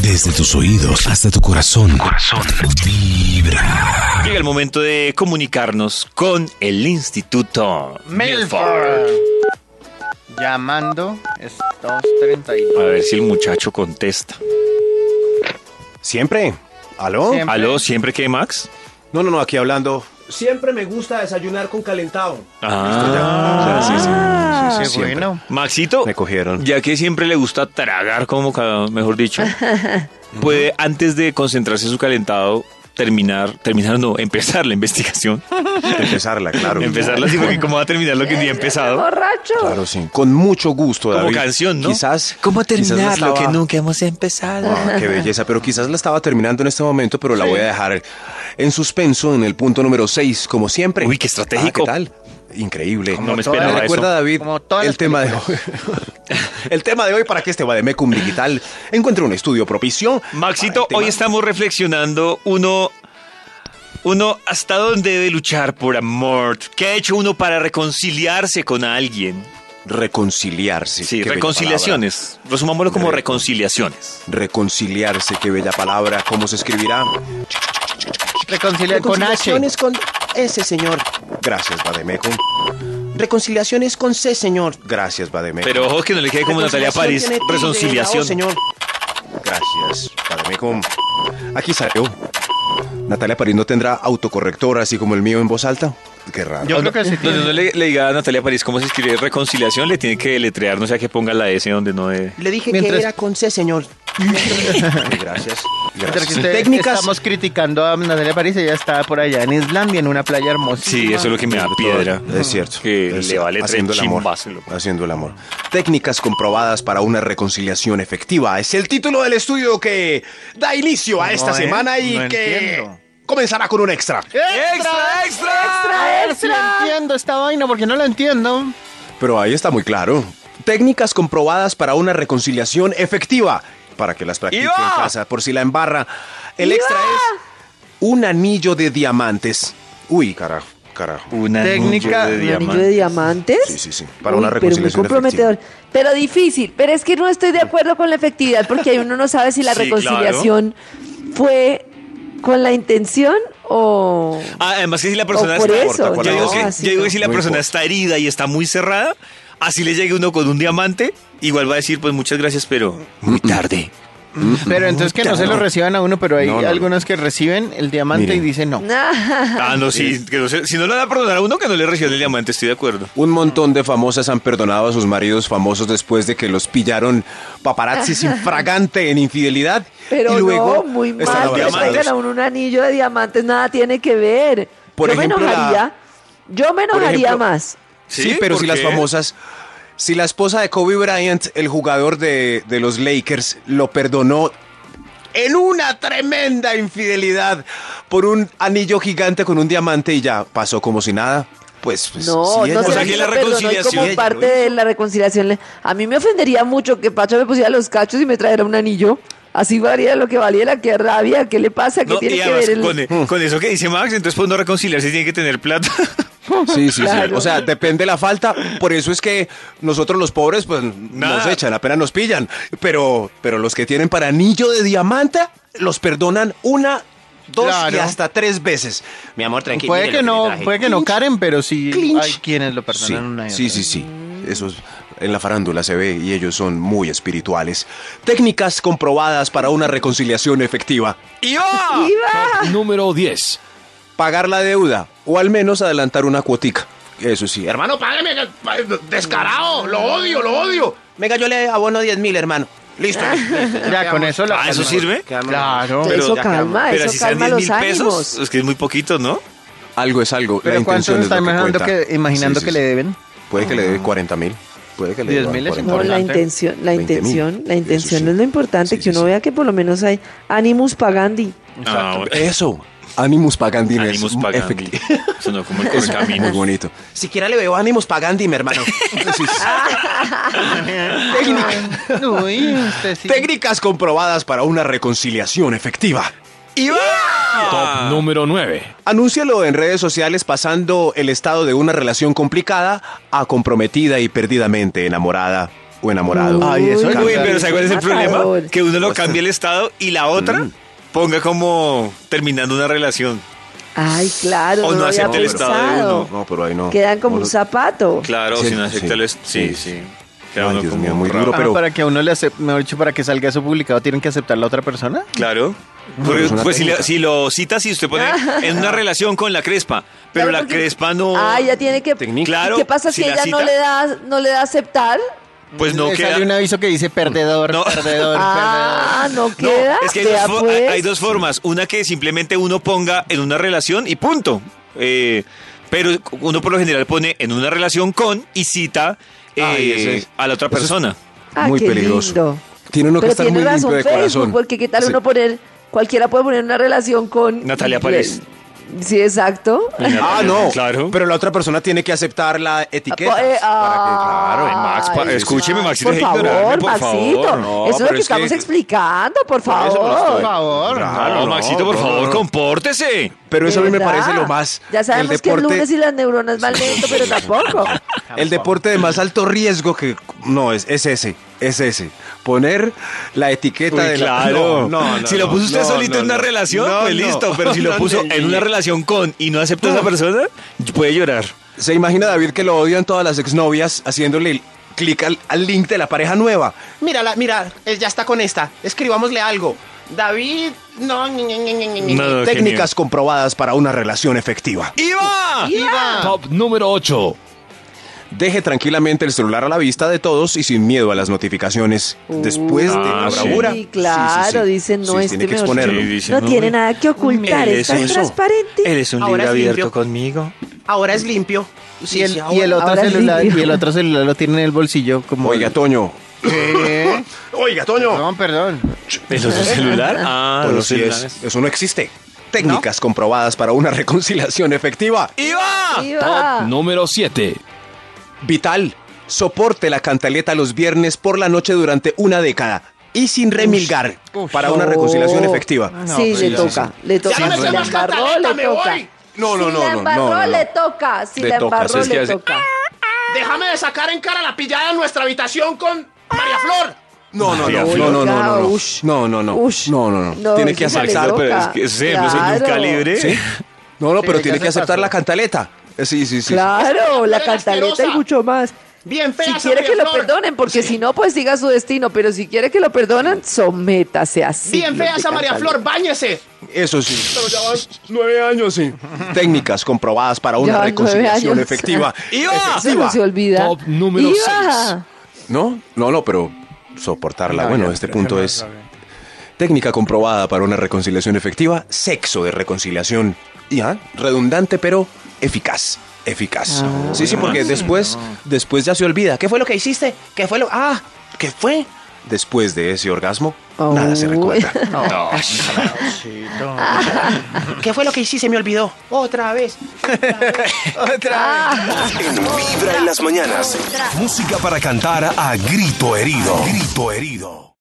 Desde tus oídos hasta tu corazón. Corazón. Vibra. Llega el momento de comunicarnos con el Instituto Milford. Milford. Llamando, es A 232. ver si el muchacho contesta. Siempre. ¿Aló? Siempre. ¿Aló? ¿Siempre que Max? No, no, no, aquí hablando. Siempre me gusta desayunar con calentado. Ah, Listo ya. O sea, sí, sí. Qué siempre. bueno. Maxito, Me cogieron. ya que siempre le gusta tragar, como ca- mejor dicho, puede antes de concentrarse en su calentado terminar, terminar no, empezar la investigación. Empezarla, claro. Empezarla así porque como va a terminar lo que ni ha empezado. Borracho. Claro, sí. Con mucho gusto, Como David. canción, ¿no? Quizás. ¿Cómo terminar quizás la lo que estaba- nunca hemos empezado? Ah, qué belleza, pero quizás la estaba terminando en este momento, pero la voy a dejar en suspenso en el punto número 6, como siempre. Uy, qué estratégico. Ah, ¿Qué tal? Increíble. No me todas- esperaba recuerda, eso. David, Como todas el las tema de hoy. el tema de hoy para que este Bademecum Digital encuentre un estudio propicio. Maxito, para el hoy tema- estamos reflexionando uno, uno hasta dónde debe luchar por amor. ¿Qué ha hecho uno para reconciliarse con alguien? Reconciliarse. Sí, qué bella reconciliaciones. Resumámoslo como Re- reconciliaciones. palabra. Reconciliarse, qué bella palabra. ¿Cómo se escribirá? Reconciliar con H. Reconciliaciones con ese señor. Gracias, Bademecum. Reconciliaciones con C, señor. Gracias, Bademecum. Pero ojo que no le quede como Natalia París. Reconciliación tiene tilde en la O, Reconciliación. señor. Gracias, Bademecum. Aquí salió. Natalia París no tendrá autocorrector así como el mío en voz alta. Qué raro. Yo creo que sí. Donde no le, le diga a Natalia París cómo se escribe reconciliación, le tiene que deletrear, no sea que ponga la S donde no debe. Le dije Mientras- que era con C, señor. Gracias. Mientras que Gracias. ustedes Técnicas. Estamos criticando a Natalia París, ella está por allá en Islandia, en una playa hermosa. Sí, eso es lo que me da piedra. Es cierto. Que Es- le vale haciendo tres el amor. chimbas, lo- Haciendo el amor. Técnicas comprobadas para una reconciliación efectiva. Es el título del estudio que da inicio a esta No, ¿eh? semana y No que entiendo. comenzará con un extra. ¡Extra, extra, extra! No entiendo esta vaina porque no la entiendo. Pero ahí está muy claro. Técnicas comprobadas para una reconciliación efectiva. Para que las practique en casa, por si la embarra. El extra es un anillo de diamantes. Uy, carajo, carajo. Una Técnica- anillo de un ¿Un anillo diamante. de diamantes? Sí, sí, sí, para Uy, una reconciliación Pero muy comprometedor. Pero difícil. Pero es que no estoy de acuerdo con la efectividad porque ahí uno no sabe si la Sí, claro. reconciliación fue con la intención o. Ah, además que si la persona O por está eso, Yo no, digo que, así yo digo que no. si la No persona importa. está herida y está muy cerrada, así le llegue uno con un diamante, igual va a decir pues muchas gracias, pero muy tarde. Pero entonces que no se lo reciban a uno, pero hay No, no, no. algunos que reciben el diamante Miren. y dicen no. Ah, no, sí, que no se- si no le van a perdonar a uno que no le reciba el diamante, estoy de acuerdo. Un montón de famosas han perdonado a sus maridos famosos después de que los pillaron paparazzi sin fragante en infidelidad. Pero y luego no, muy están mal. Que le abrazados. traigan a uno un anillo de diamantes, nada tiene que ver. Por yo ejemplo, me la- enojaría. Yo me por enojaría ejemplo- más. Sí, ¿Sí? pero ¿Por si las qué? famosas. Si la esposa de Kobe Bryant, el jugador de, de los Lakers, lo perdonó en una tremenda infidelidad por un anillo gigante con un diamante y ya pasó como si nada, pues. pues, No, si ella- no O sé sea, si que lo la perdonó y reconciliación- como parte de la reconciliación. le- A mí me ofendería mucho que Pacho me pusiera los cachos y me traera un anillo. Así valía lo que valiera, qué rabia, qué le pasa, qué No, tiene y que además, ver el... con, con eso que dice Max, entonces pues no reconciliarse tiene que tener plata. Sí, sí, sí. Claro. O sea, depende la falta. Por eso es que nosotros los pobres, pues nos Nada. echan, apenas nos pillan. Pero, pero los que tienen para anillo de diamante, los perdonan una, dos y Claro. hasta tres veces. Mi amor, tranquilo. Puede que no, puede que no Karen, pero sí Clinch. hay quienes lo perdonan Sí, una y sí, otra sí, vez. sí. Eso es- en la farándula se ve y ellos son muy espirituales. Técnicas comprobadas para una reconciliación efectiva. Número 10. Pagar la deuda o al menos adelantar una cuotica. Eso sí, hermano, págame, eh, descarado, lo odio, lo odio. Venga, yo le abono 10 mil, hermano. Listo. Ya con eso la Ah, ¿eso sirve? Claro. Eso Pero- calma, pero Ah, eso si sean calma 10 los mil ánimos. pesos, es que es muy poquito, ¿no? Algo es algo. la Pero ¿cuántos intención es están lo que imaginando cuenta. que, imaginando Sí, sí, que le sí. deben? Puede que le dé 40 mil. Puede que le dé 10 mil es 40.000. No, la Importante. intención, la 20.000. intención, la Eso intención sí. es lo importante, Sí, que sí, uno sí. vea que por lo menos hay animus pagandi. Ah, bueno. Eso. Animus pagandines. Ánimos pagando. mm, Efecti- Sonó como el correcamino. Muy bonito. Siquiera le veo ánimos pagandi, mi hermano. Ah. Sí, sí. Uy, usted sí. Técnicas comprobadas para una reconciliación efectiva. Ah. Top número 9. Anúncialo en redes sociales pasando el estado de una relación complicada a comprometida y perdidamente enamorada. o enamorado. Ay, eso Uy, es Uy, pero ¿sabes cuál es el matador. problema? Que uno lo cambie el estado y la otra Mm. ponga como terminando una relación. Ay, claro. O no lo había acepta el estado de pensado. uno. No, pero ahí no. Quedan No como un lo- zapato. Claro, Sí, si no sí, acepta el est- sí, Sí, sí. sí. Ay, uno Dios como mío, muy raro. duro, Ah, pero- para que a uno le acepte, mejor dicho, para que salga eso publicado, tienen que aceptar la otra persona. Claro. pero Porque, es una pues si, le- técnica. si lo citas y usted pone en una relación con la crespa, pero Claro, la porque- crespa no. Ah, ya tiene que. Técnica. Claro, ¿Qué pasa si, si la ella no cita- le da no le da aceptar? Pues no Le queda. Eh, sale un aviso que dice perdedor, No. perdedor, Ah, no No, queda. es que hay, Vea, dos, fo- pues. hay dos formas. Una que simplemente uno ponga en una relación y punto. Eh, pero uno por lo general pone en una relación con y cita eh, Ay, eso es- a la otra eso es- persona. Ah, muy qué peligroso. lindo. Tiene uno que Pero estar tiene muy limpio razón de Facebook, corazón. porque qué tal Sí. uno poner, cualquiera puede poner una relación con Natalia Pérez. Sí, exacto. Ah, no. Claro. Pero la otra persona tiene que aceptar la etiqueta. Ah, eh, para que, claro, ay, Max, pa- ay, escúcheme, Max, Por deje de favor, ignorarme, por Maxito. favor. No, eso es lo pero que es estamos que- explicando, por eso no Por estoy- favor. favor. Claro, No, no, Ah, Maxito, por no, favor, no. compórtese. Pero eso a mí me ¿Verdad? parece lo más. Ya sabemos el que el deporte, lunes y las neuronas van lento, pero tampoco. El deporte de más alto riesgo que. No, es, es ese. Es ese. Poner la etiqueta Uy, de la- claro. No, no, no, si lo no, puso usted no, solito no, en una no. relación, No, pues no. listo. Pero si lo No, puso no, en no. una relación con y no acepta a esa persona, puede llorar. Se imagina David que lo odian todas las exnovias haciéndole el- clic al, al link de la pareja nueva. Mírala, mira, él ya está con esta. Escribámosle algo. David, no, ñe, ñe, ñe, ñe, ñe, ñe. No, Técnicas comprobadas para una relación efectiva. ¡Iba! Top número 8. Deje tranquilamente el celular a la vista de todos y sin miedo a las notificaciones. Después de la Ah, sí. bravura. Sí, claro, dicen, no, Sí, este tiene que me exponerlo. Sí, dice, no, no, tiene él- nada que ocultar, él es tan es eso. transparente. Él es un Ahora libro es limpio. abierto conmigo. Ahora es limpio. Sí, Y el, sí, y el ahora- otro ahora es celular, limpio. y el otro celular lo tiene en el bolsillo como. Oiga, Toño. ¿Qué? Oiga, Toño. No, perdón. ¿El otro celular? Ah, Toño, los sí es. celulares. Eso no existe. Técnicas comprobadas para una reconciliación efectiva. ¡Iba! Sí, va. Top número 7. Vital. Soporte la cantaleta los viernes por la noche durante una década. Y sin remilgar. para una No. reconciliación efectiva. sí, pues le ya, toca, le toca. no me Si la llamas embarró, Catalina, le me toca. voy. No, no, si no, la no, embarró, no, no, no. le toca. Si Le la toca, embarró, es que le hace- toca. Déjame de sacar en cara la pillada en nuestra habitación con María Flor. No, no, María no, Flor. no, no, no, no, no. Ush. No, no, no. Ush. No, no, no. No, Tiene es que que sale aceptar. loca. Pero es que ese ejemplo es de Claro. un calibre. Sí. No, no, Sí, pero ya tiene se que aceptar pasó. la cantaleta. Eh, Sí, sí, sí. Claro, la Era cantaleta y asquerosa. mucho más. Bien fea Si esa quiere María que lo Flor. perdonen, porque si no, pues siga su destino. Pero si quiere que lo perdonen, sométase así. Bien fea esa María Flor, báñese. Eso sí. Pero ya van nueve años, sí. Técnicas comprobadas para Ya una van reconciliación nueve años. efectiva. ¡Iba! Eso no se olvida. Top número Iba. seis. No, no, no, pero soportarla. No, bueno, ya, este pero punto no, es no, no. técnica comprobada para una reconciliación efectiva, sexo de reconciliación. Ya, redundante, pero eficaz. Eficaz. Ah. sí, sí, porque después, después ya se olvida. ¿Qué ¿Qué fue? fue lo que hiciste? ¿Qué fue lo.? Ah, ¿qué fue? Después de ese orgasmo, Oh. nada se recuerda. ¿Qué fue lo que hiciste? Me olvidó. Otra vez. Música para cantar a grito herido. Grito herido.